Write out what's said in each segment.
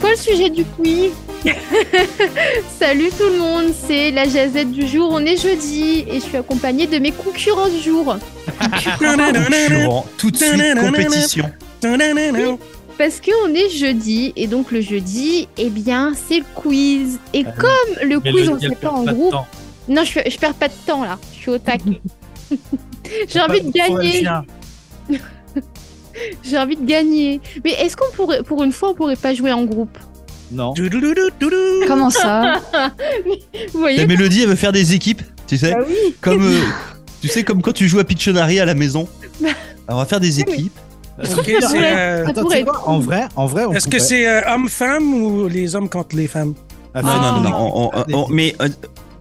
quoi le sujet du quiz Salut tout le monde, c'est la jazette du jour. On est jeudi et je suis accompagnée de mes concurrents du jour. Concurrent, tout de suite compétition. Parce qu'on est jeudi et donc le jeudi, eh bien, c'est le quiz. Et comme Ah le quiz, on ne fait pas en groupe. Non, je, je perds pas de temps là. Je suis au taquet. J'ai envie de gagner. J'ai envie de gagner. Mais est-ce qu'on pourrait, pour une fois, on pourrait pas jouer en groupe Non. Comment ça Vous voyez La mélodie, elle veut faire des équipes, tu sais. Bah oui. Comme, euh, tu sais, comme quand tu joues à Pictionary à la maison. Alors, on va faire des Oui, mais- équipes. Est-ce trouve que ça c'est pourrait- euh, ça Attends, pourrait tu vois, en vrai, Eh, en vrai, on est-ce que c'est euh, homme-femme ou les hommes contre les femmes Ah, Non, Ah. non, non, non, on- on- on- mais euh,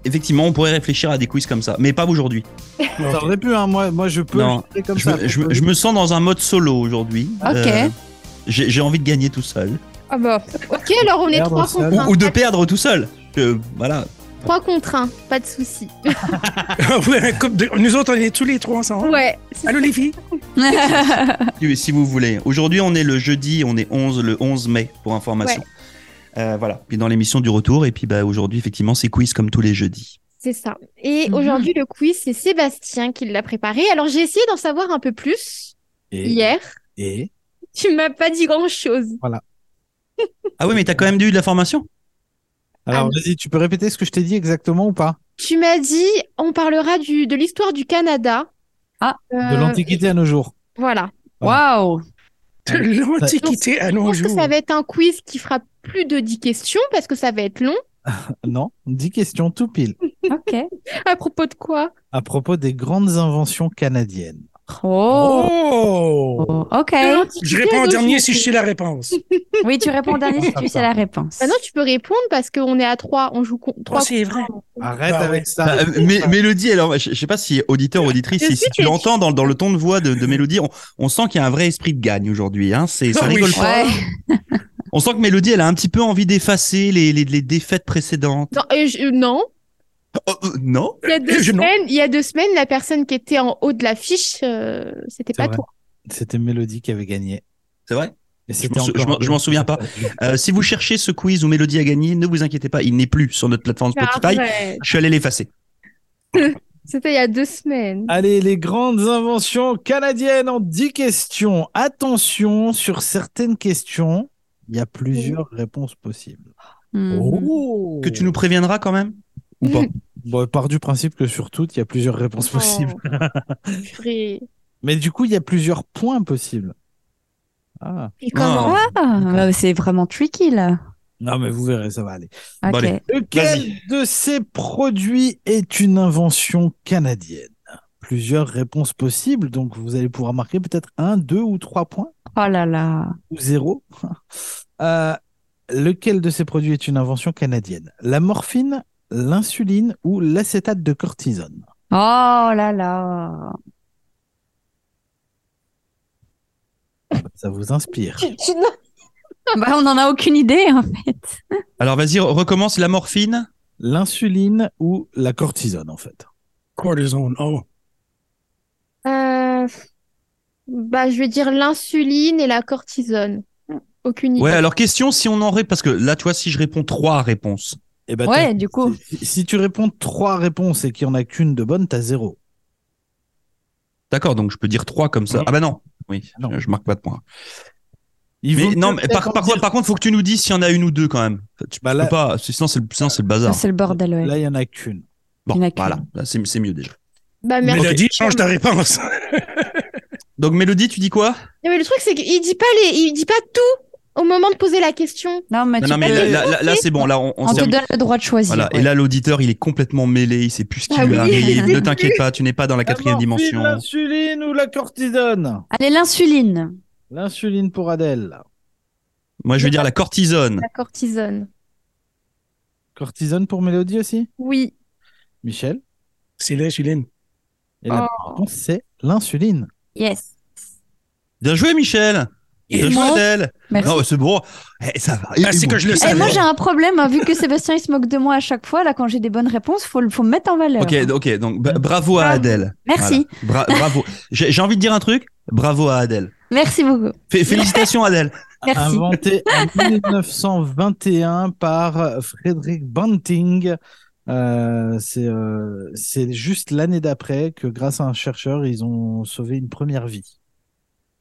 effectivement, on pourrait réfléchir à des quiz comme ça. Mais pas aujourd'hui. Ça aurait pu, hein, moi, moi je peux. Non, je fais comme Je, ça. me- je me- je me sens dans un mode solo aujourd'hui. Euh, Ok. J'ai j'ai envie de gagner tout seul. Ah bah, ok, alors on est Merde, trois on contre se- un. Ou de perdre tout seul. Euh, voilà. Trois contre un, pas de souci. Ah ouais, un couple de- Nous autres, on est tous les trois ensemble. Ouais, Allô les filles Si si vous voulez. Aujourd'hui, on est le jeudi, on est 11, le 11 mai, pour information. Euh, voilà. Puis dans l'émission du retour, et puis bah, aujourd'hui, effectivement, c'est quiz comme tous les jeudis. c'est ça. Et Mhm. aujourd'hui, le quiz, c'est Sébastien qui l'a préparé. Alors, j'ai essayé d'en savoir un peu plus Et, hier. et- Tu m'as pas dit grand-chose. Ah oui, mais t'as quand même eu de la formation Alors, vas-y, tu peux répéter ce que je t'ai dit exactement ou pas Tu m'as dit, on parlera du, de l'histoire du Canada. Ah. Euh, De l'Antiquité à nos jours. Voilà. Waouh De l'Antiquité à Je nos pense que jours. ça va être un quiz qui fera plus de 10 questions parce que ça va être long. Non, 10 questions tout pile. Ok. À propos de quoi À propos des grandes inventions canadiennes. Oh, Oh Ok. De Je l'Antiquité réponds en à nos dernier jours. si je sais la réponse. Oui, tu réponds en dernier si tu sais la réponse. Bah non, tu peux répondre parce qu'on est à 3, on joue con- Oh, trois. c'est vrai. Arrête Ah ouais. avec ça. Bah, euh, Mé- Mélodie, alors, je, je sais pas si auditeur, auditrice, Je si, suis si tu déçue. l'entends dans, dans le ton de voix de, de Mélodie, on, on sent qu'il y a un vrai esprit de gagne aujourd'hui. Hein, c'est, ça Ah oui. rigole pas. Ouais. On sent que Mélodie, elle a un petit peu envie d'effacer les, les, les défaites précédentes. Non, et Euh, je- non. Oh, euh, non Il, y a deux Je- non. semaines, il y a deux semaines, la personne qui était en haut de l'affiche, euh, c'était C'est pas vrai. toi. C'était Mélodie qui avait gagné. C'est vrai Et Je c'était m'en sou- encore- je m'en- je m'en souviens pas. Euh, Si vous cherchez ce quiz où Mélodie a gagné, ne vous inquiétez pas, il n'est plus sur notre plateforme Spotify. Arrête. Je suis allé l'effacer. C'était il y a deux semaines. Allez, les grandes inventions canadiennes en 10 questions. Attention, sur certaines questions, il y a plusieurs réponses possibles. Hmm. Oh. Oh! Que tu nous préviendras quand même Ou pas Bon, part du principe que sur toutes, il y a plusieurs réponses possibles. Oh, purée. Mais du coup, il y a plusieurs points possibles. Ah. Et comment Ah, bah, c'est vraiment tricky là. Non, mais vous verrez, ça va aller. Ok. Bon, allez. Lequel Vas-y. de ces produits est une invention canadienne Plusieurs réponses possibles, donc vous allez pouvoir marquer peut-être un, deux ou trois points. Oh là là. ou zéro. Euh, lequel de ces produits est une invention canadienne La morphine, l'insuline ou l'acétate de cortisone Oh là là. Ça vous inspire. Tu- tu- non. Bah, on n'en a aucune idée en fait. Alors vas-y, re- recommence la morphine. L'insuline ou la cortisone, en fait. Cortisone. Oh. Euh, bah, je vais dire l'insuline et la cortisone. Aucune idée. Ouais, alors question si on en répond, parce que là, tu vois, si je réponds trois réponses. Eh ben, ouais, du t'as- coup. si- Si tu réponds trois réponses et qu'il n'y en a qu'une de bonne, t'as zéro. D'accord, donc je peux dire trois comme ça. Ah bah non, oui, Non. je- je marque pas de points. Il Mais vaut non, mieux mais par, peut-être par, en dire- par contre, faut que tu nous dises s'il y en a une ou deux quand même. Tu Bah, peux là- pas, sinon c'est le, sinon, c'est le Ah, bazar. c'est le bordel, ouais. Là, il n'y en a qu'une. Bon, il y en a qu'une. voilà, Là, c'est c'est mieux déjà. Bah, merci. Mélodie, change ta réponse. Donc Mélodie, tu dis quoi Ah, Non, mais le truc, c'est qu'il dit pas les, il dit pas tout au moment de poser la question. Non, mais, Non, tu non, mais peux- là, là, là- là, c'est bon, là, on, on on s'est- te donne le droit de choisir. Voilà, et ouais. là, l'auditeur, il est complètement mêlé, il sait plus ce qui Ah lui oui. arrive. ne t'inquiète pas, tu n'es pas dans Ah la quatrième La morphine, dimension. L'insuline ou la cortisone Allez, l'insuline. L'insuline pour Adèle. Moi, je vais dire la cortisone. La cortisone. Cortisone pour Mélodie aussi Oui. Michel C'est l'insuline. Et la réponse, c'est l'insuline. Yes. Bien joué, Michel Bien joué, Moi Adèle Merci. Non, c'est bon. Eh, ça va. Ah, c'est que je le Eh, savais. moi j'ai un problème, hein, vu que Sébastien il se moque de moi à chaque fois, là quand j'ai des bonnes réponses, faut, le- faut me mettre en valeur. Ok, ok, donc bah, bravo à Bravo. Adèle. Merci, Voilà. Bra- bravo. J'ai j'ai envie de dire un truc. Bravo à Adèle. merci beaucoup. Fé- félicitations, Adèle. Merci. inventé en 1921 par Frédéric Banting. Euh, c'est euh, c'est juste l'année d'après que, grâce à un chercheur, ils ont sauvé une première vie.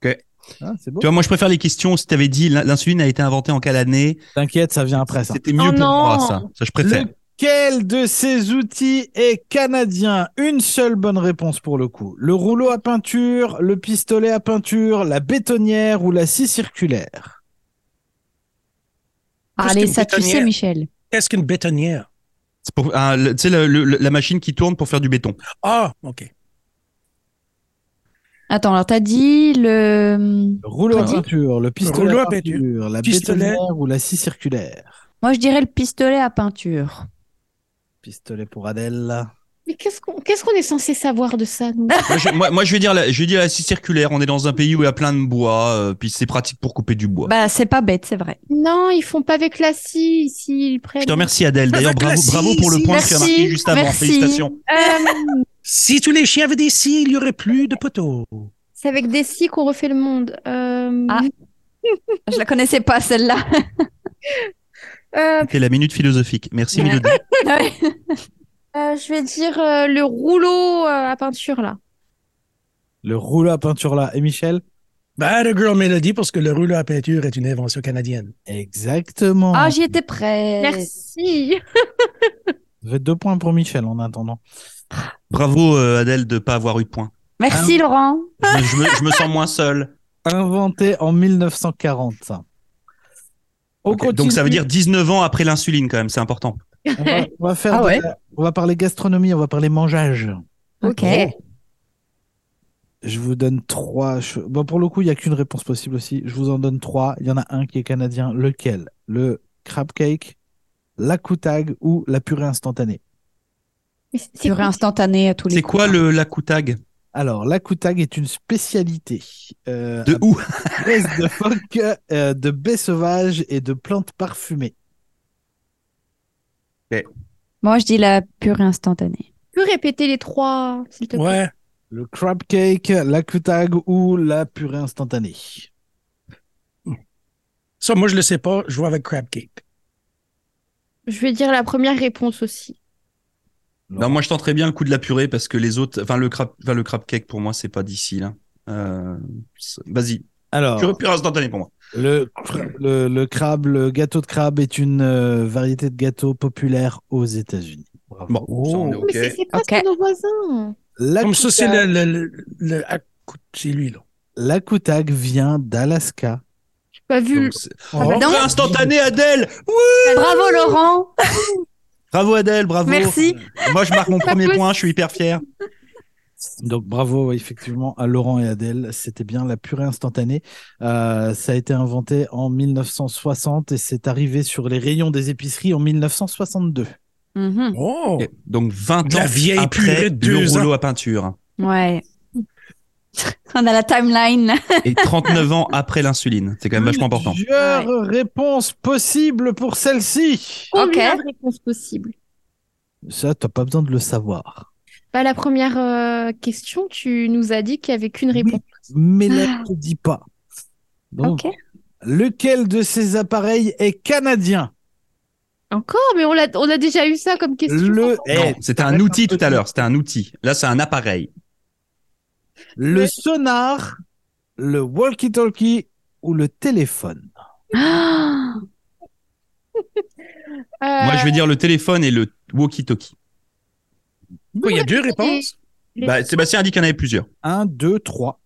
Ok. Ah, c'est beau. Tu vois, moi, je préfère les questions. Si tu avais dit l'in- l'insuline a été inventée en quelle année, T'inquiète, ça vient après ça. c'était mieux Oh pour non. moi, ça. Ça, je préfère. Lequel de ces outils est canadien Une seule bonne réponse pour le coup. Le rouleau à peinture, le pistolet à peinture, la bétonnière ou la scie circulaire Qu'est-ce Allez, qu'une ça tu sais, bétonnière Michel. Qu'est-ce qu'une bétonnière C'est pour- ah, le- tu sais, le- le- la machine qui tourne pour faire du béton. Ah, ok. Attends, alors t'as dit le. Le rouleau à Ah ouais. peinture, le pistolet rouleau à à peinture, peinture, la pistolet. bétonnière ou la scie circulaire Moi, je dirais le pistolet à peinture. Pistolet pour Adèle. Mais qu'est-ce qu'on qu'est-ce qu'on est censé savoir de ça nous moi, je, moi- moi, je vais dire, la, je vais dire la scie circulaire. On est dans un pays où il y a plein de bois, euh, puis c'est pratique pour couper du bois. Bah, c'est pas bête, c'est vrai. Non, ils font pas avec la scie ici, ils prennent. je te remercie, Adèle. Bah, D'ailleurs, Avec bravo, la scie, bravo pour le scie. point que tu as Merci, marqué juste avant. merci. Félicitations. Euh, Si tous les chiens avaient des scies, il n'y aurait plus de poteaux. c'est avec des scies qu'on refait le monde. Euh, Ah. Je la connaissais pas, celle-là. euh, C'était la minute philosophique. Merci, Ouais. Mélodie. Ouais. euh, je vais dire euh, le rouleau euh, à peinture là. Le rouleau à peinture là. Et Michel Bah, The Girl Melody, parce que le rouleau à peinture est une invention canadienne. Exactement. Ah, j'y étais prête. Merci. Ça fait deux points pour Michel en attendant. Bravo, euh, Adèle, de pas avoir eu de point. Hein Merci, Laurent. Je, je me, je me sens moins seul. Inventé en 1940. On Ok, Donc, ça veut dire continue. 19 ans après l'insuline, quand même. C'est important. On va, on va faire Ah de ouais. la- on va parler gastronomie, on va parler mangeage. Ok. Je vous donne trois. cho- Bon, pour le coup, il n'y a qu'une réponse possible aussi. Je vous en donne trois. Il y en a un qui est canadien. Lequel Le crab cake, la koutag ou la purée instantanée Mais c'est- c'est Purée quoi instantanée à tous les C'est coups. quoi le la koutag Alors, la koutag est une spécialité euh, De à où base de phoque, euh, de baies sauvages et de plantes parfumées. Moi, je dis la purée instantanée. Tu peux répéter les trois, s'il te plaît Ouais. Le crab cake, la koutag ou la purée instantanée Ça, moi, je le sais pas. Je vois avec crab cake. Je vais dire la première réponse aussi. Non, moi je tenterais bien le coup de la purée parce que les autres, enfin le crab, enfin, le crab cake pour moi c'est pas d'ici là. Euh, c'est- Vas-y, Ah. Alors, purée, purée instantanée pour moi. Le, cra- le, le crabe, le gâteau de crabe est une euh, variété de gâteau populaire aux États-Unis. Bravo. Bon, Oh. ça, on est Mais ok. c'est- c'est pas Ok. nos voisins. Ah, La, Comme ça, c'est koutag- le, le, le- le- ah, écoute, c'est lui, là. la koutag vient d'Alaska. J'ai pas Bah, vu. Donc, le- c'est- Ah, ben Oh. Purée instantanée Adèle. Bah, Bravo, Laurent. Bravo Adèle, bravo. Merci. Moi je marque mon premier possible. point, je suis hyper fier. Donc bravo ouais, effectivement à Laurent et Adèle. C'était bien la purée instantanée. Euh, ça a été inventé en 1960 et c'est arrivé sur les rayons des épiceries en 1962. Mhm. Oh! Ok, Donc 20 ans La vieille après purée de le deux ans. rouleau à peinture Ouais. On a la timeline. et 39 ans après l'insuline. C'est quand même vachement important. Plusieurs réponses possibles pour celle-ci. Combien Ok. de réponses possibles Ça, t'as pas besoin de le savoir. Bah, la première euh, question, tu nous as dit qu'il y avait qu'une réponse. mais ne te dis pas. Oh. Donc, Ok. lequel de ces appareils est canadien Encore Mais on a, on a déjà eu ça comme question. Euh, Le, Non, Eh, c'était un t'arrêtes outil un peu tout à de- l'heure, c'était un outil. Là c'est un appareil. le sonar, le walkie-talkie ou le téléphone Ah, Euh, Moi je vais dire le téléphone et le walkie-talkie. Pourquoi il y a deux réponses? Les- Bah, Sébastien a dit qu'il y en avait plusieurs. 1, 2, 3.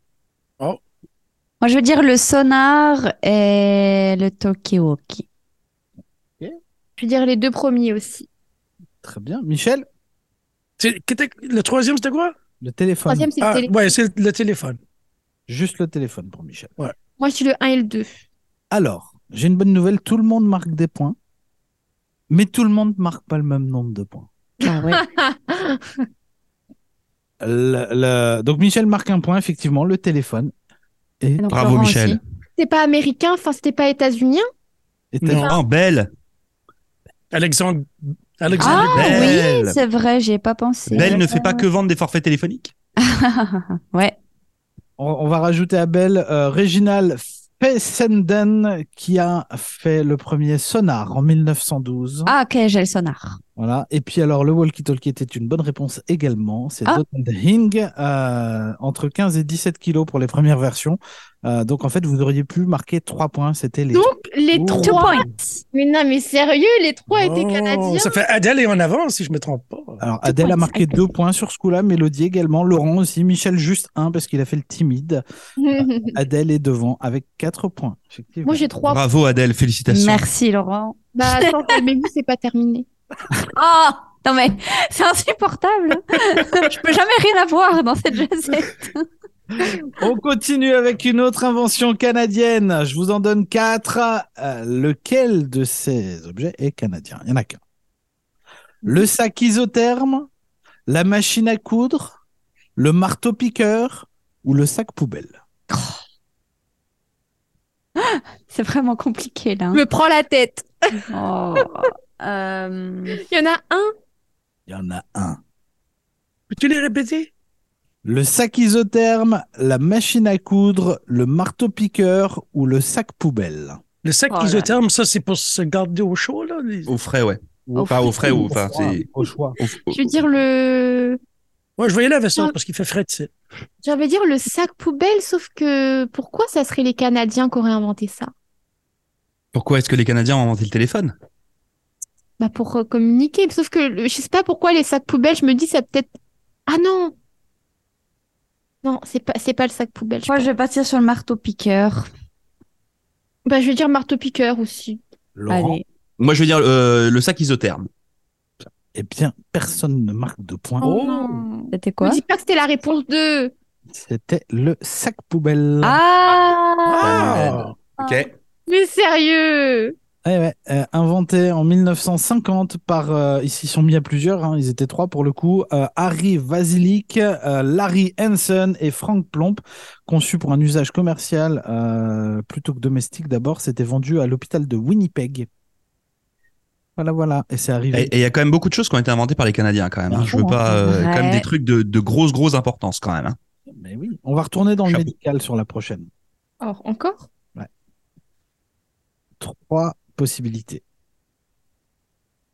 Moi, je veux dire le sonar et le talkie-walkie. Je vais dire les deux premiers aussi. Très bien. Michel, C'est- qu'était- Le troisième, c'était quoi? le téléphone. Troisième, c'est le Ah, télé. ouais, c'est le téléphone. Juste le téléphone pour Michel. Moi, je suis le 1 et le 2. Alors, j'ai une bonne nouvelle. Tout le monde marque des points, mais tout le monde marque pas le même nombre de points. Ah ouais. Le- le- Donc, Michel marque un point, effectivement, le téléphone. Et Donc, Bravo, Laurent Michel. aussi. C'était pas américain, enfin, c'était pas états-unien. États-Unis. Non. Oh belle, Alexandre. Alexandre. Ah Belle. oui, c'est vrai, j'ai pas pensé. Belle ne fait pas que vendre des forfaits téléphoniques. Oh. ouais. On, on va rajouter Abel, euh, Réginal Pessenden qui a fait le premier sonar en 1912. Ah, ok, j'ai le sonar. Voilà. Et puis alors, le walkie-talkie était une bonne réponse également. C'est Ah. Dotted Hing, euh, entre 15 et 17 kilos pour les premières versions. Euh, donc en fait, vous auriez pu marquer 3 points. C'était les... Donc, les Ouh. Two trois. points. Mais non, mais sérieux, les trois étaient Oh, canadiens. Ça fait Adèle et en avant, si je me trompe pas. Alors Adèle a points, marqué Adèle. 2 points sur ce coup-là, Mélodie également, Laurent aussi, Michel juste 1 parce qu'il a fait le timide. Adèle est devant avec 4 points. effectivement. Moi, j'ai trois. Bravo Adèle, félicitations. Merci, Laurent. Bah, attends, calmez-vous, c'est pas terminé. Oh Non, mais c'est insupportable. Je peux jamais rien avoir dans cette jazette. On continue avec une autre invention canadienne. Je vous en donne quatre. Euh, lequel de ces objets est canadien Il n'y en a qu'un. Le sac isotherme, la machine à coudre, le marteau-piqueur ou le sac poubelle C'est vraiment compliqué, là. Je me prends la tête. Oh. Euh, Il y en a un. Il y en a un. Peux-tu les répéter Le sac isotherme, la machine à coudre, le marteau-piqueur ou le sac poubelle Le sac Oh là isotherme, ça, c'est pour se garder au chaud, là les- Au frais, ouais. Au Enfin, au frais, ou enfin, froid, c'est. au choix. au- au- Je veux dire le. Moi, je voyais la vaisselle Ah. parce qu'il fait frais, tu sais. J'allais dire le sac poubelle, sauf que pourquoi ça serait les Canadiens qui auraient inventé ça Pourquoi est-ce que les Canadiens ont inventé le téléphone Bah pour euh, communiquer. Sauf que le- je sais pas pourquoi les sacs poubelles, je me dis ça peut-être. Ah non Non, c'est pas, c'est pas le sac poubelle. je Moi, je vais partir sur le marteau-piqueur. pense. Bah je vais dire marteau-piqueur aussi. Laurent, Allez. Moi, je veux dire euh, le sac isotherme. eh bien, personne ne marque de points. Oh. non C'était Ne quoi dis pas que c'était la réponse de. C'était le sac poubelle. Ah Ok. Mais sérieux Eh ouais, euh, inventé en 1950 par, euh, ils s'y sont mis à plusieurs, hein, ils étaient trois pour le coup, euh, Harry Vasilik, euh, Larry Hansen et Frank Plomp, conçu pour un usage commercial euh, plutôt que domestique d'abord, c'était vendu à l'hôpital de Winnipeg. Voilà, voilà, et c'est Et arrivé. et il y a quand même beaucoup de choses qui ont été inventées par les Canadiens, quand même. hein. Ah, Je veux bon, pas. hein. euh, Ouais. Quand même des trucs de, de grosse, grosse importance, quand même. hein. Mais oui, on va retourner dans le Chapeau. médical sur la prochaine. Or, encore Trois possibilités.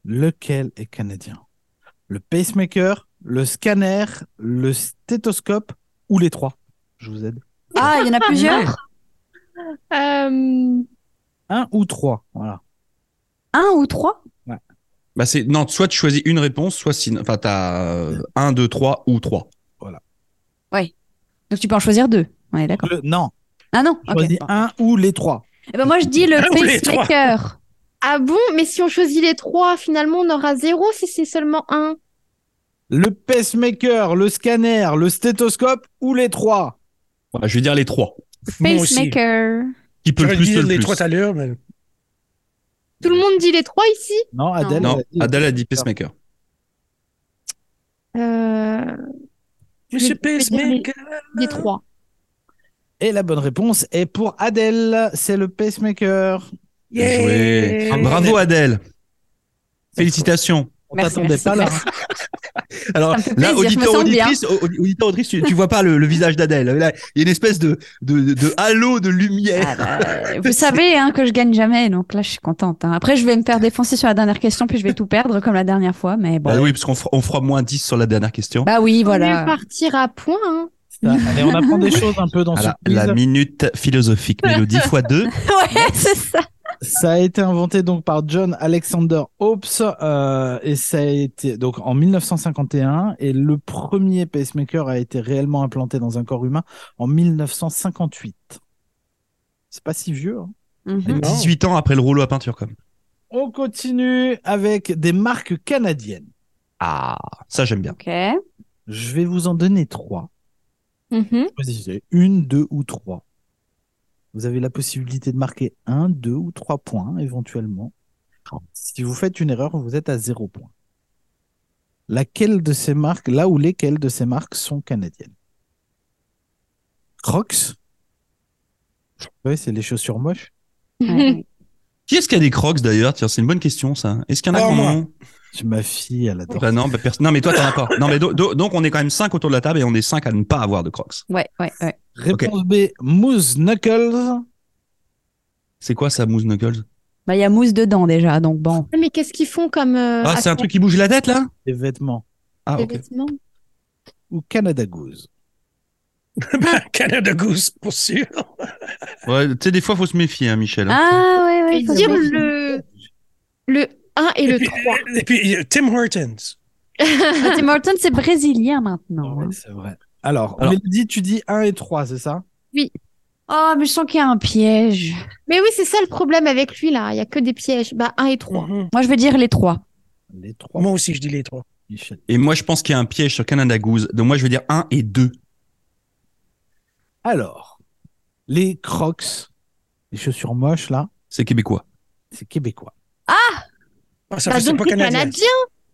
Lequel est canadien? Le pacemaker, le scanner, le stéthoscope ou les trois? Je vous aide. Ah, il y en a plusieurs Euh, Un ou trois, voilà. Un ou trois Bah, c'est non, soit tu choisis une réponse, soit sinon, enfin, t'as euh, un, deux, trois ou trois. Donc, tu peux en choisir deux. On est d'accord. Le- non, Ah non Ok. choisis Bon. un Ah ou les trois. Eh ben, moi, je dis le Un ou les trois pacemaker. Ah bon Mais si on choisit les trois, finalement on aura zéro si c'est seulement un. Le pacemaker, le scanner, le stéthoscope ou les trois. Voilà, je vais dire les trois. Moi aussi. Pacemaker. Qui peut le J'aurais plus, dit peut le les plus. trois tout à l'heure, mais Tout le monde dit les trois ici Non, Adèle. Non, elle a dit- Adèle a dit pacemaker. Euh, Monsieur je vais dire les- Pacemaker. Les trois. Et la bonne réponse est pour Adèle. C'est le pacemaker. Bien Yeah. joué. Ah, Bravo Adèle. Félicitations. On Merci, t'attendait merci, pas là. merci. Alors Ça me fait là, plaisir, je me auditeur, sens bien. auditrice, au- auditeur, auditrice, tu, tu vois pas le, le visage d'Adèle. Là, Il y a une espèce de, de, de- de halo de Ah lumière. bah, vous savez hein, que je gagne jamais, donc là je suis contente. hein. Après, je vais me faire défoncer sur la dernière question, puis je vais tout perdre comme la dernière fois, mais bon. Bah oui, parce qu'on fera- on fera moins 10 sur la dernière question. Bah oui, Mieux voilà. partir à point. hein. Ça, allez, on apprend des choses un peu dans À ce la, quiz. la minute philosophique, Mélodie x 2. ouais, c'est ça. Ça a été inventé donc par John Alexander Hobbes euh, et ça a été donc en 1951 et le premier pacemaker a été réellement implanté dans un corps humain en 1958. C'est pas si vieux. hein. Mhm. 18 ans après le rouleau à peinture, comme. On continue avec des marques canadiennes. Ah, ça j'aime bien. Ok. Ah, Je vais vous en donner trois. Mm-hmm. Mhm. Choisissez une, deux ou trois. Vous avez la possibilité de marquer un, deux ou trois points éventuellement. Si vous faites une erreur, vous êtes à zéro point. Laquelle de ces marques, là ou lesquelles de ces marques sont canadiennes Crocs Oui, c'est les chaussures moches. ouais. Qui est-ce qui a des crocs d'ailleurs Tiens, c'est une bonne question ça. Est-ce qu'il y en a Ah, qui en moi. ont C'est ma fille, elle adore. Bah non, bah, personne- non, mais toi t'en as pas. Non, mais do- do- donc on est quand même 5 autour de la table et on est 5 à ne pas avoir de crocs. ouais, ouais, ouais. Réponse B, Moose Knuckles. C'est quoi ça, Moose Knuckles Bah, il y a mousse dedans déjà, donc bon. Ah, Mais qu'est-ce qu'ils font comme. euh, Ah, c'est un action truc qui bouge la tête là Des vêtements. Ah, des ok. vêtements Ou Canada Goose. Ben, Canada Goose, pour sûr. Ouais, tu sais, des fois, faut se méfier, hein, Michel. hein. Ah ouais, ouais. Et faut dire se méfier. le... le 1 et le 3. Et puis, il y a Tim Hortons. Ah, Tim Hortons, c'est brésilien maintenant. hein. c'est vrai. Alors, Alors- Mélodie, tu dis 1 et 3, c'est ça Oh, mais je sens qu'il y a un piège. Mais oui, c'est ça le problème avec lui là. Il y a que des pièges. Bah 1 et 3. Mhm. Moi, je vais dire les trois. Les 3, Moi aussi, je dis les trois. Michel. Et moi, je pense qu'il y a un piège sur Canada Goose. Donc, moi, je vais dire 1 et 2. Alors, les crocs, les chaussures moches, là, C'est québécois. c'est québécois. Ah, ça Bah, fait c'est donc pas les canadien. Canadiens.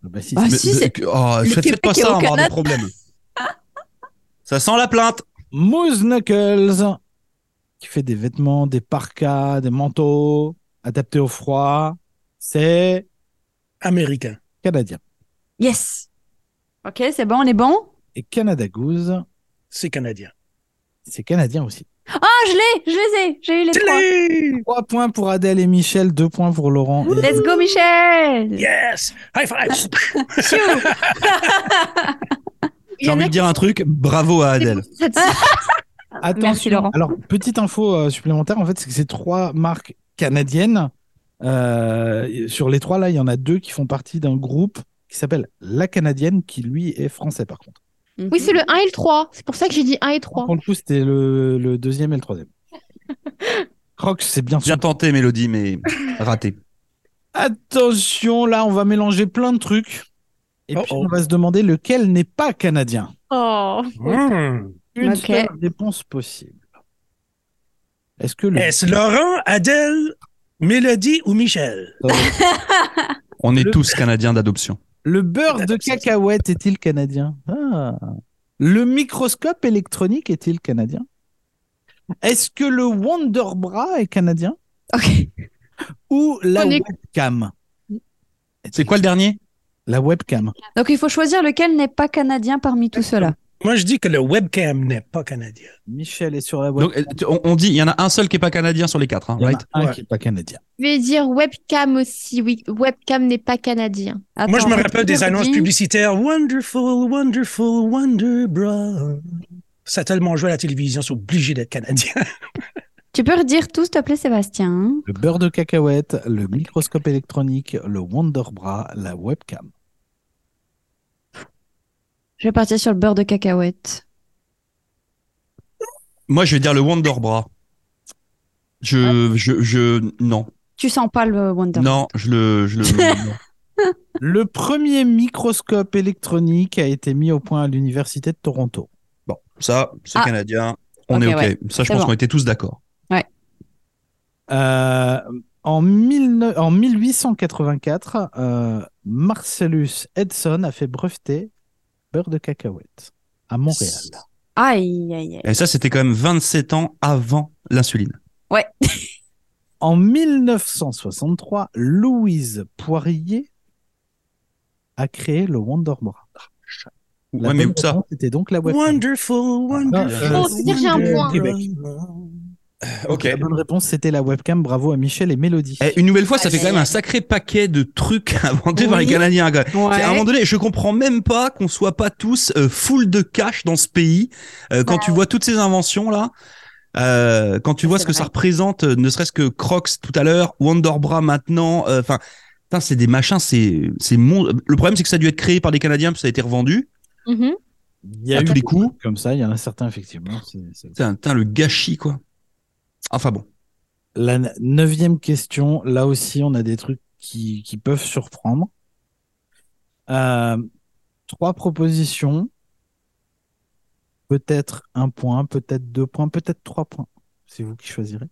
Ah bah si, Ah, c'est- Mais- si, c'est- oh, Le faites, faites pas Québec est ça, au on va avoir des Canada. problèmes. ça sent la plainte. Moose Knuckles, qui fait des vêtements, des parkas, des manteaux, adaptés au froid, c'est Américain. canadien. Yes. Ok, c'est bon, on est bon. Et Canada Goose, C'est canadien. c'est canadien aussi. Ah, je l'ai, je les ai, j'ai eu les trois. Télé! 3 points pour Adèle et Michel, 2 points pour Laurent. et- Let's go, Michel. Yes! High five! Ah. Il y J'ai en a envie de qui dire un truc. Bravo à sont Adèle. démonstratifs. Attention. Merci, Laurent. Alors, petite info euh, supplémentaire, en fait, c'est que ces trois marques canadiennes, euh, sur les trois là, il y en a deux qui font partie d'un groupe qui s'appelle La Canadienne, qui lui est français par contre. Oui, c'est le 1 et le 3. C'est pour ça que j'ai dit 1 et 3. Ah Pour le coup, c'était le, le deuxième et le troisième. Crocs, c'est bien sûr. Bien tenté, Mélodie, mais raté. Attention, là, on va mélanger plein de trucs. Et Oh, puis, oh. on va se demander lequel n'est pas canadien. Oh. Hmm. Une Ok. seule réponse possible. Est-ce que le. Est-ce Laurent, Adèle, Mélodie ou Michel? On est Le- tous canadiens d'adoption. Le beurre de cacahuète est-il canadien Ah. Le microscope électronique est-il canadien Est-ce que le Wonderbra est canadien Ok. Ou la On est- webcam C'est quoi le dernier La webcam. Donc, il faut choisir lequel n'est pas canadien parmi tout cela. Moi, je dis que le webcam n'est pas canadien. Michel est sur la webcam. Donc, euh, tu- on, on dit, il y en a un seul qui est pas canadien sur les quatre, hein, Il y en a right un Ouais. qui n'est pas canadien. Je vais dire webcam aussi. Oui, webcam n'est pas canadien. Moi, je Attends, me rappelle des annonces Mélodie. publicitaires. Wonderful, wonderful, wonder bra. Ça a tellement joué à la télévision, c'est obligé d'être canadien. Tu peux redire tout, s'il te plaît, Sébastien. hein Le beurre de cacahuète, le microscope électronique, le Wonderbra, la webcam. Je vais partir sur le beurre de cacahuète. Moi, je vais dire le Wonderbra. Je, Ah. je, je, non, Tu sens pas le Wonder. non, je le, je le- non. Le premier microscope électronique a été mis au point à l'université de Toronto. Bon, ça, c'est Ah. canadien. On Ok, est ok. ouais. Ça, je C'est pense bon. qu'on était tous d'accord. Euh, en, 19 en 1884, euh, Marcellus Edson a fait breveter beurre de cacahuète à Montréal. Aïe, aïe, aïe. Et ça, c'était quand même 27 ans avant l'insuline. En 1963, Louise Poirier a créé le Wonderbra. La Ouais, mais bonne ça, réponse était donc la webcam. Wonderful, Ah, wonderful. euh, Oh, c'est-à-dire que j'ai un wonder point. Québec. Donc, ok. La bonne réponse c'était la webcam. Bravo à Michel et Mélodie. Eh, une nouvelle fois, ça Ouais, fait quand ouais. même un sacré paquet de trucs inventés par les Oui. Canadiens. quoi. C'est- À un Ouais. moment donné, je comprends même pas qu'on soit pas tous euh, full de cash dans ce pays. Euh, quand tu vois toutes ces inventions là, euh, quand tu vois c'est ce que vrai. ça représente, euh, ne serait-ce que Crocs tout à l'heure, Wonderbra maintenant, euh, enfin, putain, c'est des machins, c'est c'est mon. Le problème c'est que ça a dû être créé par des Canadiens puis ça a été revendu. Mhm. Il y a à eu tous les des coups. trucs Comme ça, il y en a certains effectivement. c'est- c'est- Putain, putain, le gâchis quoi. Enfin bon, La ne- neuvième question, là aussi, on a des trucs qui, qui peuvent surprendre. Euh, trois propositions. Peut-être un point, peut-être deux points, peut-être trois points. C'est vous qui choisirez.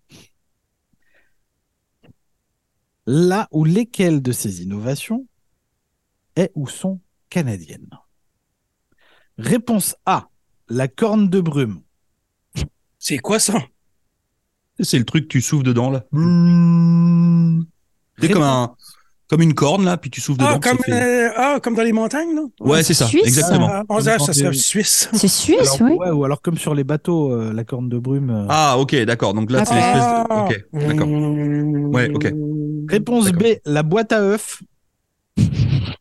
Là ou lesquelles de ces innovations est ou sont canadiennes Réponse A, la corne de brume. C'est quoi ça? c'est le truc que tu souffles dedans là. Réponse C'est comme un Comme une corne, là, puis tu souffles Ah, dedans. comme, ça fait- euh, ah, comme dans les montagnes, là? Ouais, c'est ça, Suisse. exactement. Ah, 11 heures, ça Comme serait quand t'es- suisse. C'est suisse, Alors, oui. ouais, ou alors comme sur les bateaux, euh, la corne de brume. euh. Ah, ok, d'accord. Donc là, c'est l'espèce Ah. de. Ok, d'accord. Ouais, ok. Réponse B, la boîte à œufs.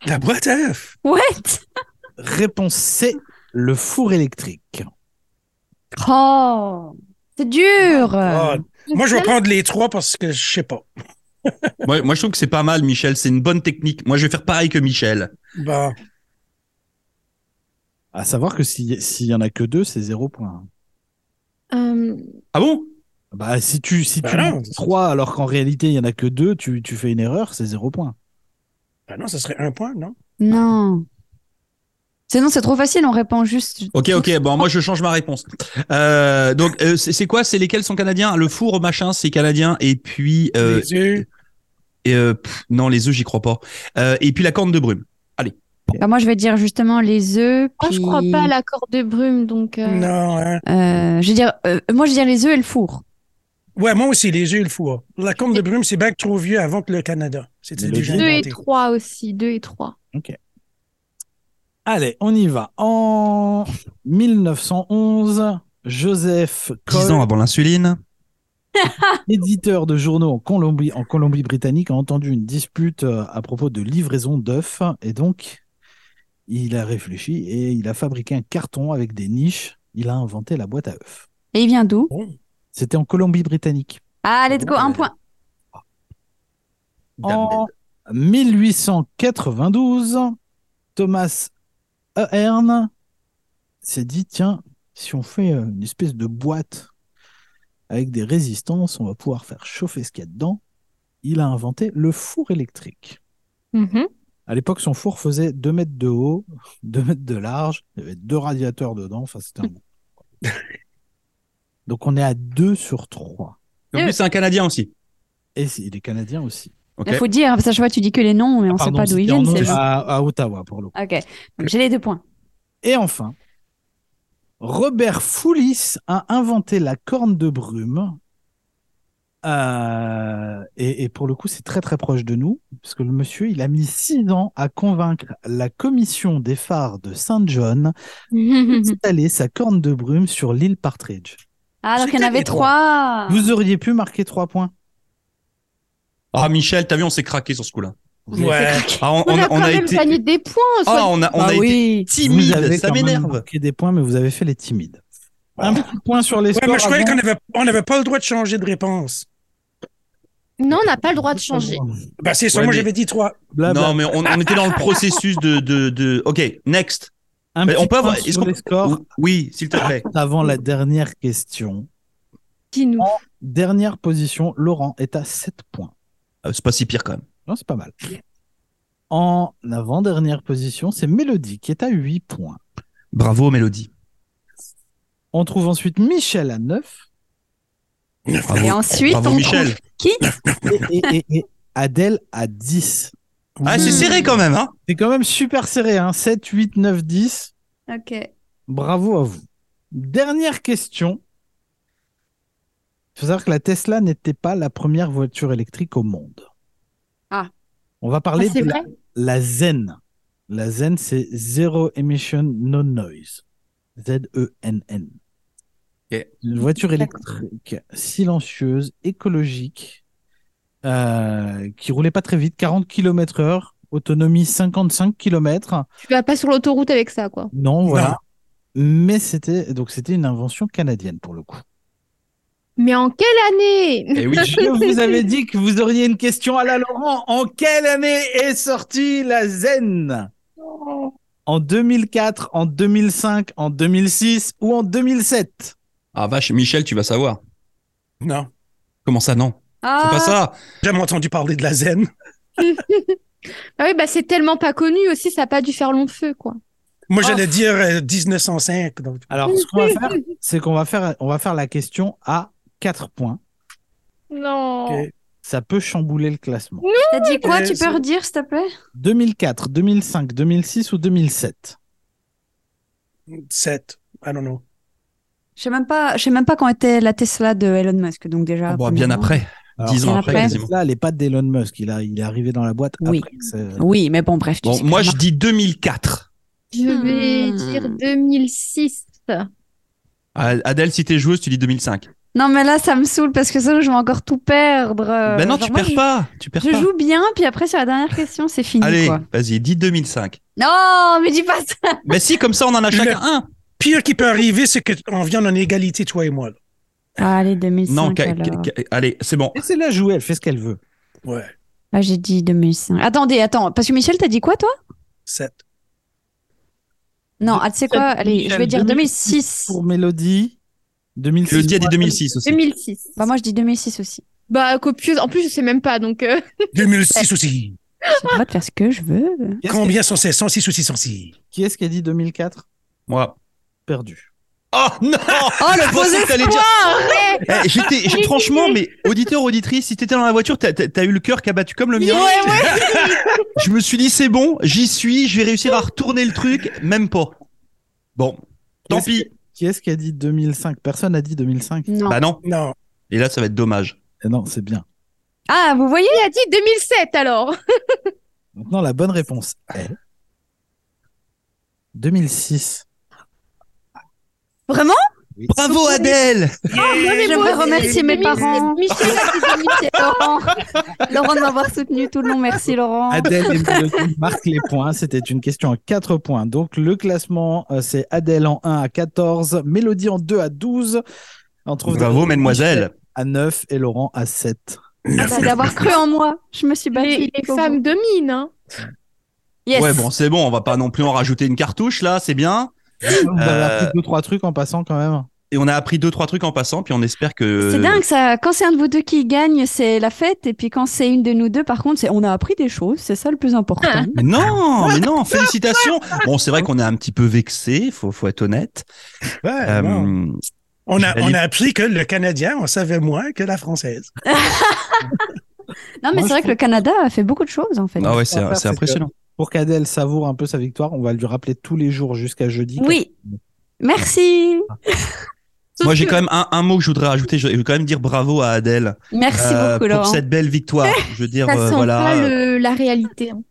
La boîte à œufs. What Réponse C, le four électrique. Oh C'est dur Ah, Moi, je vais prendre les trois parce que je sais pas. Ouais, moi, je trouve que c'est pas mal, Michel. C'est une bonne technique. Moi, je vais faire pareil que Michel. Bon. À savoir que si- s'il y en a que deux, c'est zéro point. Euh, Ah bon Bah, si tu si Bah tu non. dis trois alors qu'en réalité il y en a que deux, tu, tu fais une erreur, c'est zéro point. Ben non, ça serait un point, non? Non. Sinon, c'est trop facile, on répond juste. Ok, ok. Bon, moi, je change ma réponse. Euh, donc, euh, c'est c'est quoi C'est lesquels sont canadiens Le four, machin, c'est canadien. Et puis, euh, Les yeux. et, euh, pff, non, les œufs, j'y crois pas. Euh, et puis la corne de brume. Bah, moi, je vais dire justement les œufs. Moi, je puis- crois pas à l'accord de brume, donc. euh, Non, hein. Euh, je vais dire, euh, moi, je vais dire les œufs et le four. Ouais, moi aussi, les yeux et le four. La Combe de Brume, c'est bien que trop vieux avant que le Canada. C'était Mais déjà le- Deux et inventé. trois aussi, deux et trois. Allez, on y va. En 1911, Joseph Dix Cole, ans avant l'insuline. éditeur de journaux en Colombie en Colombie-Britannique, a entendu une dispute euh, à propos de livraison d'œufs et donc il a réfléchi et il a fabriqué un carton avec des niches. Il a inventé la boîte à œufs. Et il vient d'où C'était en Colombie-Britannique. Ah, let's go, un Ouais. point. En 1892, Thomas Ahern s'est dit tiens, si on fait euh, une espèce de boîte avec des résistances, on va pouvoir faire chauffer ce qu'il y a dedans. Il a inventé le four électrique. Mhm. À l'époque, son four faisait 2 mètres de haut, 2 mètres de large, il y avait deux radiateurs dedans. Enfin, c'était un. Donc, on est à 2 sur 3. En plus, c'est un canadien aussi. Et c'est- il est canadien aussi. Ok. Il faut dire, parce que chaque fois, tu dis que les noms, mais on Eh. Ah, sait pardon, pas d'où ils c'était en viennent. c'est Inde, vrai. à, à Ottawa, pour le coup. Ok, donc j'ai les deux points. Et enfin, Robert Foulis a inventé la corne de brume. Euh, et, et pour le coup, c'est très très proche de nous, parce que le monsieur, il a mis six ans à convaincre la commission des phares de Saint John Mhm. d'installer sa corne de brume sur l'île Partridge. Ah, alors qu'il y en C'était avait les trois. Vous auriez pu marquer trois points. Ah, Michel, t'as vu, on s'est craqué sur ce coup-là. Ouais. Ah, on, On, on- a quand on a même été. gagné des points. Ah, on a, on a Bah été oui. vous timide. avez Ça quand même m'énerve. marqué des points, mais vous avez fait les timides. Un petit point sur les Ouais, scores mais je croyais avant- qu'on avait, on avait pas le droit de changer de réponse. Non, on n'a pas le droit de changer. Ben, c'est ça. Ouais, moi, mais- j'avais dit trois. Blabla. Non, mais on, on était dans le processus de, de, de... Ok, next. Un Mais petit on peut avoir- point est-ce sur qu'on- les scores Oui, s'il te plaît. avant la dernière question. Dis-nous. Dernière position, Laurent est à 7 points. Euh, C'est pas si pire quand même. Non, c'est pas mal. En avant-dernière position, c'est Mélodie qui est à 8 points. Bravo, Mélodie. On trouve ensuite Michel à 9 Et Bravo, ensuite, Bravo, on Michel. et, et- et- et Adèle à 10. Ah, c'est Hmm. serré quand même, hein C'est quand même super serré, hein 7, 8, 9, 10. trouve- Ok. Bravo à vous. Dernière question. Il faut savoir que la Tesla n'était pas la première voiture électrique au monde. Ah. On va Ah, parler c'est de la vrai La Zen. La Zen, c'est Zero Emission No Noise. Z-E-N-N. Ok. Une voiture électrique silencieuse, écologique, euh, qui roulait pas très vite, 40 km heure, autonomie 55 km. Tu vas pas sur l'autoroute avec ça, quoi. Non, voilà. Mais c'était donc c'était une invention canadienne pour le coup. Mais en quelle année Eh oui, Je vous avais dit que vous auriez une question à la Laurent. En quelle année est sortie la Zen En 2004, en 2005, en 2006 ou en 2007 Ah vache, Michel, tu vas savoir. Non. Comment ça, non C'est Ah, pas ça J'ai jamais entendu parler de la zen. Ah oui, bah c'est tellement pas connu aussi, ça a pas dû faire long feu, quoi. Moi, j'allais dire euh, 1905. Donc... Alors, ce qu'on va faire, c'est qu'on va faire, on va faire la question à 4 points. Non. Ok. Ça peut chambouler le classement. T'as dit quoi Euh, Tu c'est- peux redire, s'il te plaît 2004, 2005, 2006 ou 2007 7. I don't know. Je sais même pas, je sais même pas quand était la Tesla de Elon Musk, donc déjà. Ah, Bon, bien premièrement. après. Dix ans après, après. quasiment. Là, elle est pas d'Elon Musk. Il, a, il est arrivé dans la boîte Oui. après. que c'est- Oui, mais bon, bref. tu Bon, sais moi, que je dis 2004. Je vais Hmm. dire 2006. Ah, Adèle, si t'es joueuse, tu dis 2005. Non, mais là, ça me saoule parce que ça, je vais encore tout perdre. euh, ben non, genre, tu moi, perds je- pas. Tu perds Je pas. joue bien, puis après, sur la dernière question, c'est fini, Allez, quoi. vas-y, dis 2005. Non, mais dis pas ça. Mais Ben si, comme ça, on en a chacun Le- un. Pire qui peut arriver, c'est qu'on vient en égalité, toi et moi. là. allez, 2005. Non, ca- ca- ca- allez, c'est bon. Laissez-la jouer, elle fait ce qu'elle veut. Ouais, Ah, j'ai dit 2005. Attendez, attends. Parce que Michel, t'as dit quoi, toi 7. Non, ah, tu sais quoi Allez, je Michel, vais dire 2006. Pour Mélodie, 2006. Elodie a dit 2006 aussi. 2006. Bah, moi, je dis 2006 aussi. Bah, copieuse. En plus, je sais même pas, donc. euh, 2006 aussi. J'ai le droit de faire ce que je veux. Qui est-ce Combien sont ces 106 ou 606? qui- Qui est-ce qui a dit 2004 Moi. Perdu. Oh non Oh, le Je pensais que t'allais dire- Ah. arrête Eh, j'étais, j'ai- franchement, mais auditeur, auditrice, si t'étais dans la voiture, t'as, t'as- t'as eu le cœur qui a battu comme le mien. je me suis dit, c'est bon, j'y suis, je vais réussir à retourner le truc, même pas. Bon, tant Est-ce pis. Qui est-ce qui a dit 2005 Personne n'a dit 2005. Non. Bah non. Non. Et là, ça va être dommage. Eh non, c'est bien. Ah, vous voyez Il a dit 2007 alors. Maintenant, la bonne réponse est 2006. Vraiment Bravo Adèle J'aimerais Eh, remercier mes 2006. parents. Michel a dit 2007. Laurent. Laurent de m'avoir soutenu tout le long. Merci, Laurent. Ah, Adèle et Mélodie marquent les points. C'était une question à 4 points. Donc, le classement, euh, c'est Adèle en 1 à 14, Mélodie en 2 à 12. On trouve Bravo, David mademoiselle. à 9 et Laurent à 7. Ah, bah, D'avoir cru en moi. Je me suis battue. Les, les pour femmes vous. dominent. Hein. Yes. Ouais, bon, c'est bon, on va pas non plus en rajouter une cartouche, là, c'est bien. On a appris deux, trois trucs en passant quand même. Et on a appris deux, trois trucs en passant, puis on espère que... C'est dingue ça. Quand c'est un de vous deux qui gagne, c'est la fête. Et puis quand c'est une de nous deux, par contre, c'est on a appris des choses. C'est ça le plus important. Mais non, mais non, félicitations Bon, c'est vrai qu'on est un petit peu vexé, faut, faut être honnête. Ouais, Euh, Ah, non. On, a, j'allais- on a appris que le Canadien, on savait moins que la Française. Non, Moi, mais c'est je vrai que le Canada a fait beaucoup de choses en fait. ah ouais, ce c'est qu'on va faire, c'est c'est impressionnant. Pour qu'Adèle savoure un peu sa victoire, on va lui rappeler tous les jours jusqu'à jeudi. Oui. Merci. Sauf Moi, j'ai que- quand même un, un mot que je voudrais ajouter. Je je veux quand même dire bravo à Adèle Merci euh, beaucoup, pour Laurent. cette belle victoire. Je veux dire, Ça euh, sent voilà. pas le- la réalité. hein.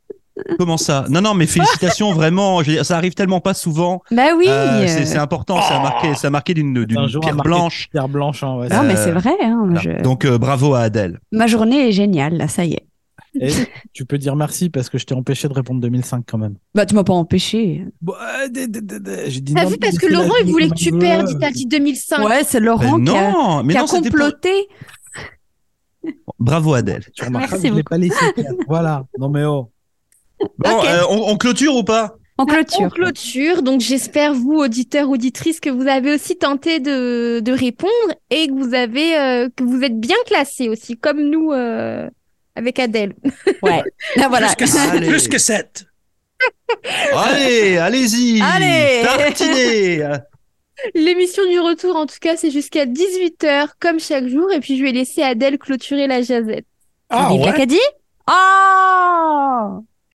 Comment ça Non, non, mais félicitations, vraiment. Je veux dire, ça arrive tellement pas souvent. Bah oui. Euh, c'est c'est important. Ça a marqué, ça a marqué d'une d'une Un jour, pierre marqué- blanche. Pierre Blanche, hein, ouais, Non, mais Euh, c'est vrai. hein, Voilà. je- Donc, euh, bravo à Adèle. Ma journée est géniale, là, ça y est. Et tu peux dire merci parce que je t'ai empêché de répondre 2005 quand même. Bah, tu m'as pas empêché. Bon, euh, d- d- d- d- j'ai dit T'as non, vu parce mais que c'est la Laurent il vie voulait que comme tu je veux. perdes, euh, il t'a dit 2005. Ouais, c'est Ben Laurent qui a, non, mais qui a non, c'était pour- comploté. Bravo Adèle. Tu remarqueras Merci que je l'ai beaucoup. pas laissé faire. Voilà. Non, mais oh. Bon, Ok. euh, on, on clôture ou pas En On clôture. clôture, donc j'espère vous, auditeurs, auditrices, que vous avez aussi tenté de, de répondre et que vous avez euh, que vous êtes bien classés aussi, comme nous euh, avec Adèle. Ouais. Ah, voilà. Plus que, Allez. plus que 7. Allez, allez-y. Allez. Tartinez. L'émission du retour, en tout cas, c'est jusqu'à 18h, comme chaque jour, et Oh, puis je vais laisser Adèle clôturer la jazette. Ah Vive ouais? l'Acadie. Oh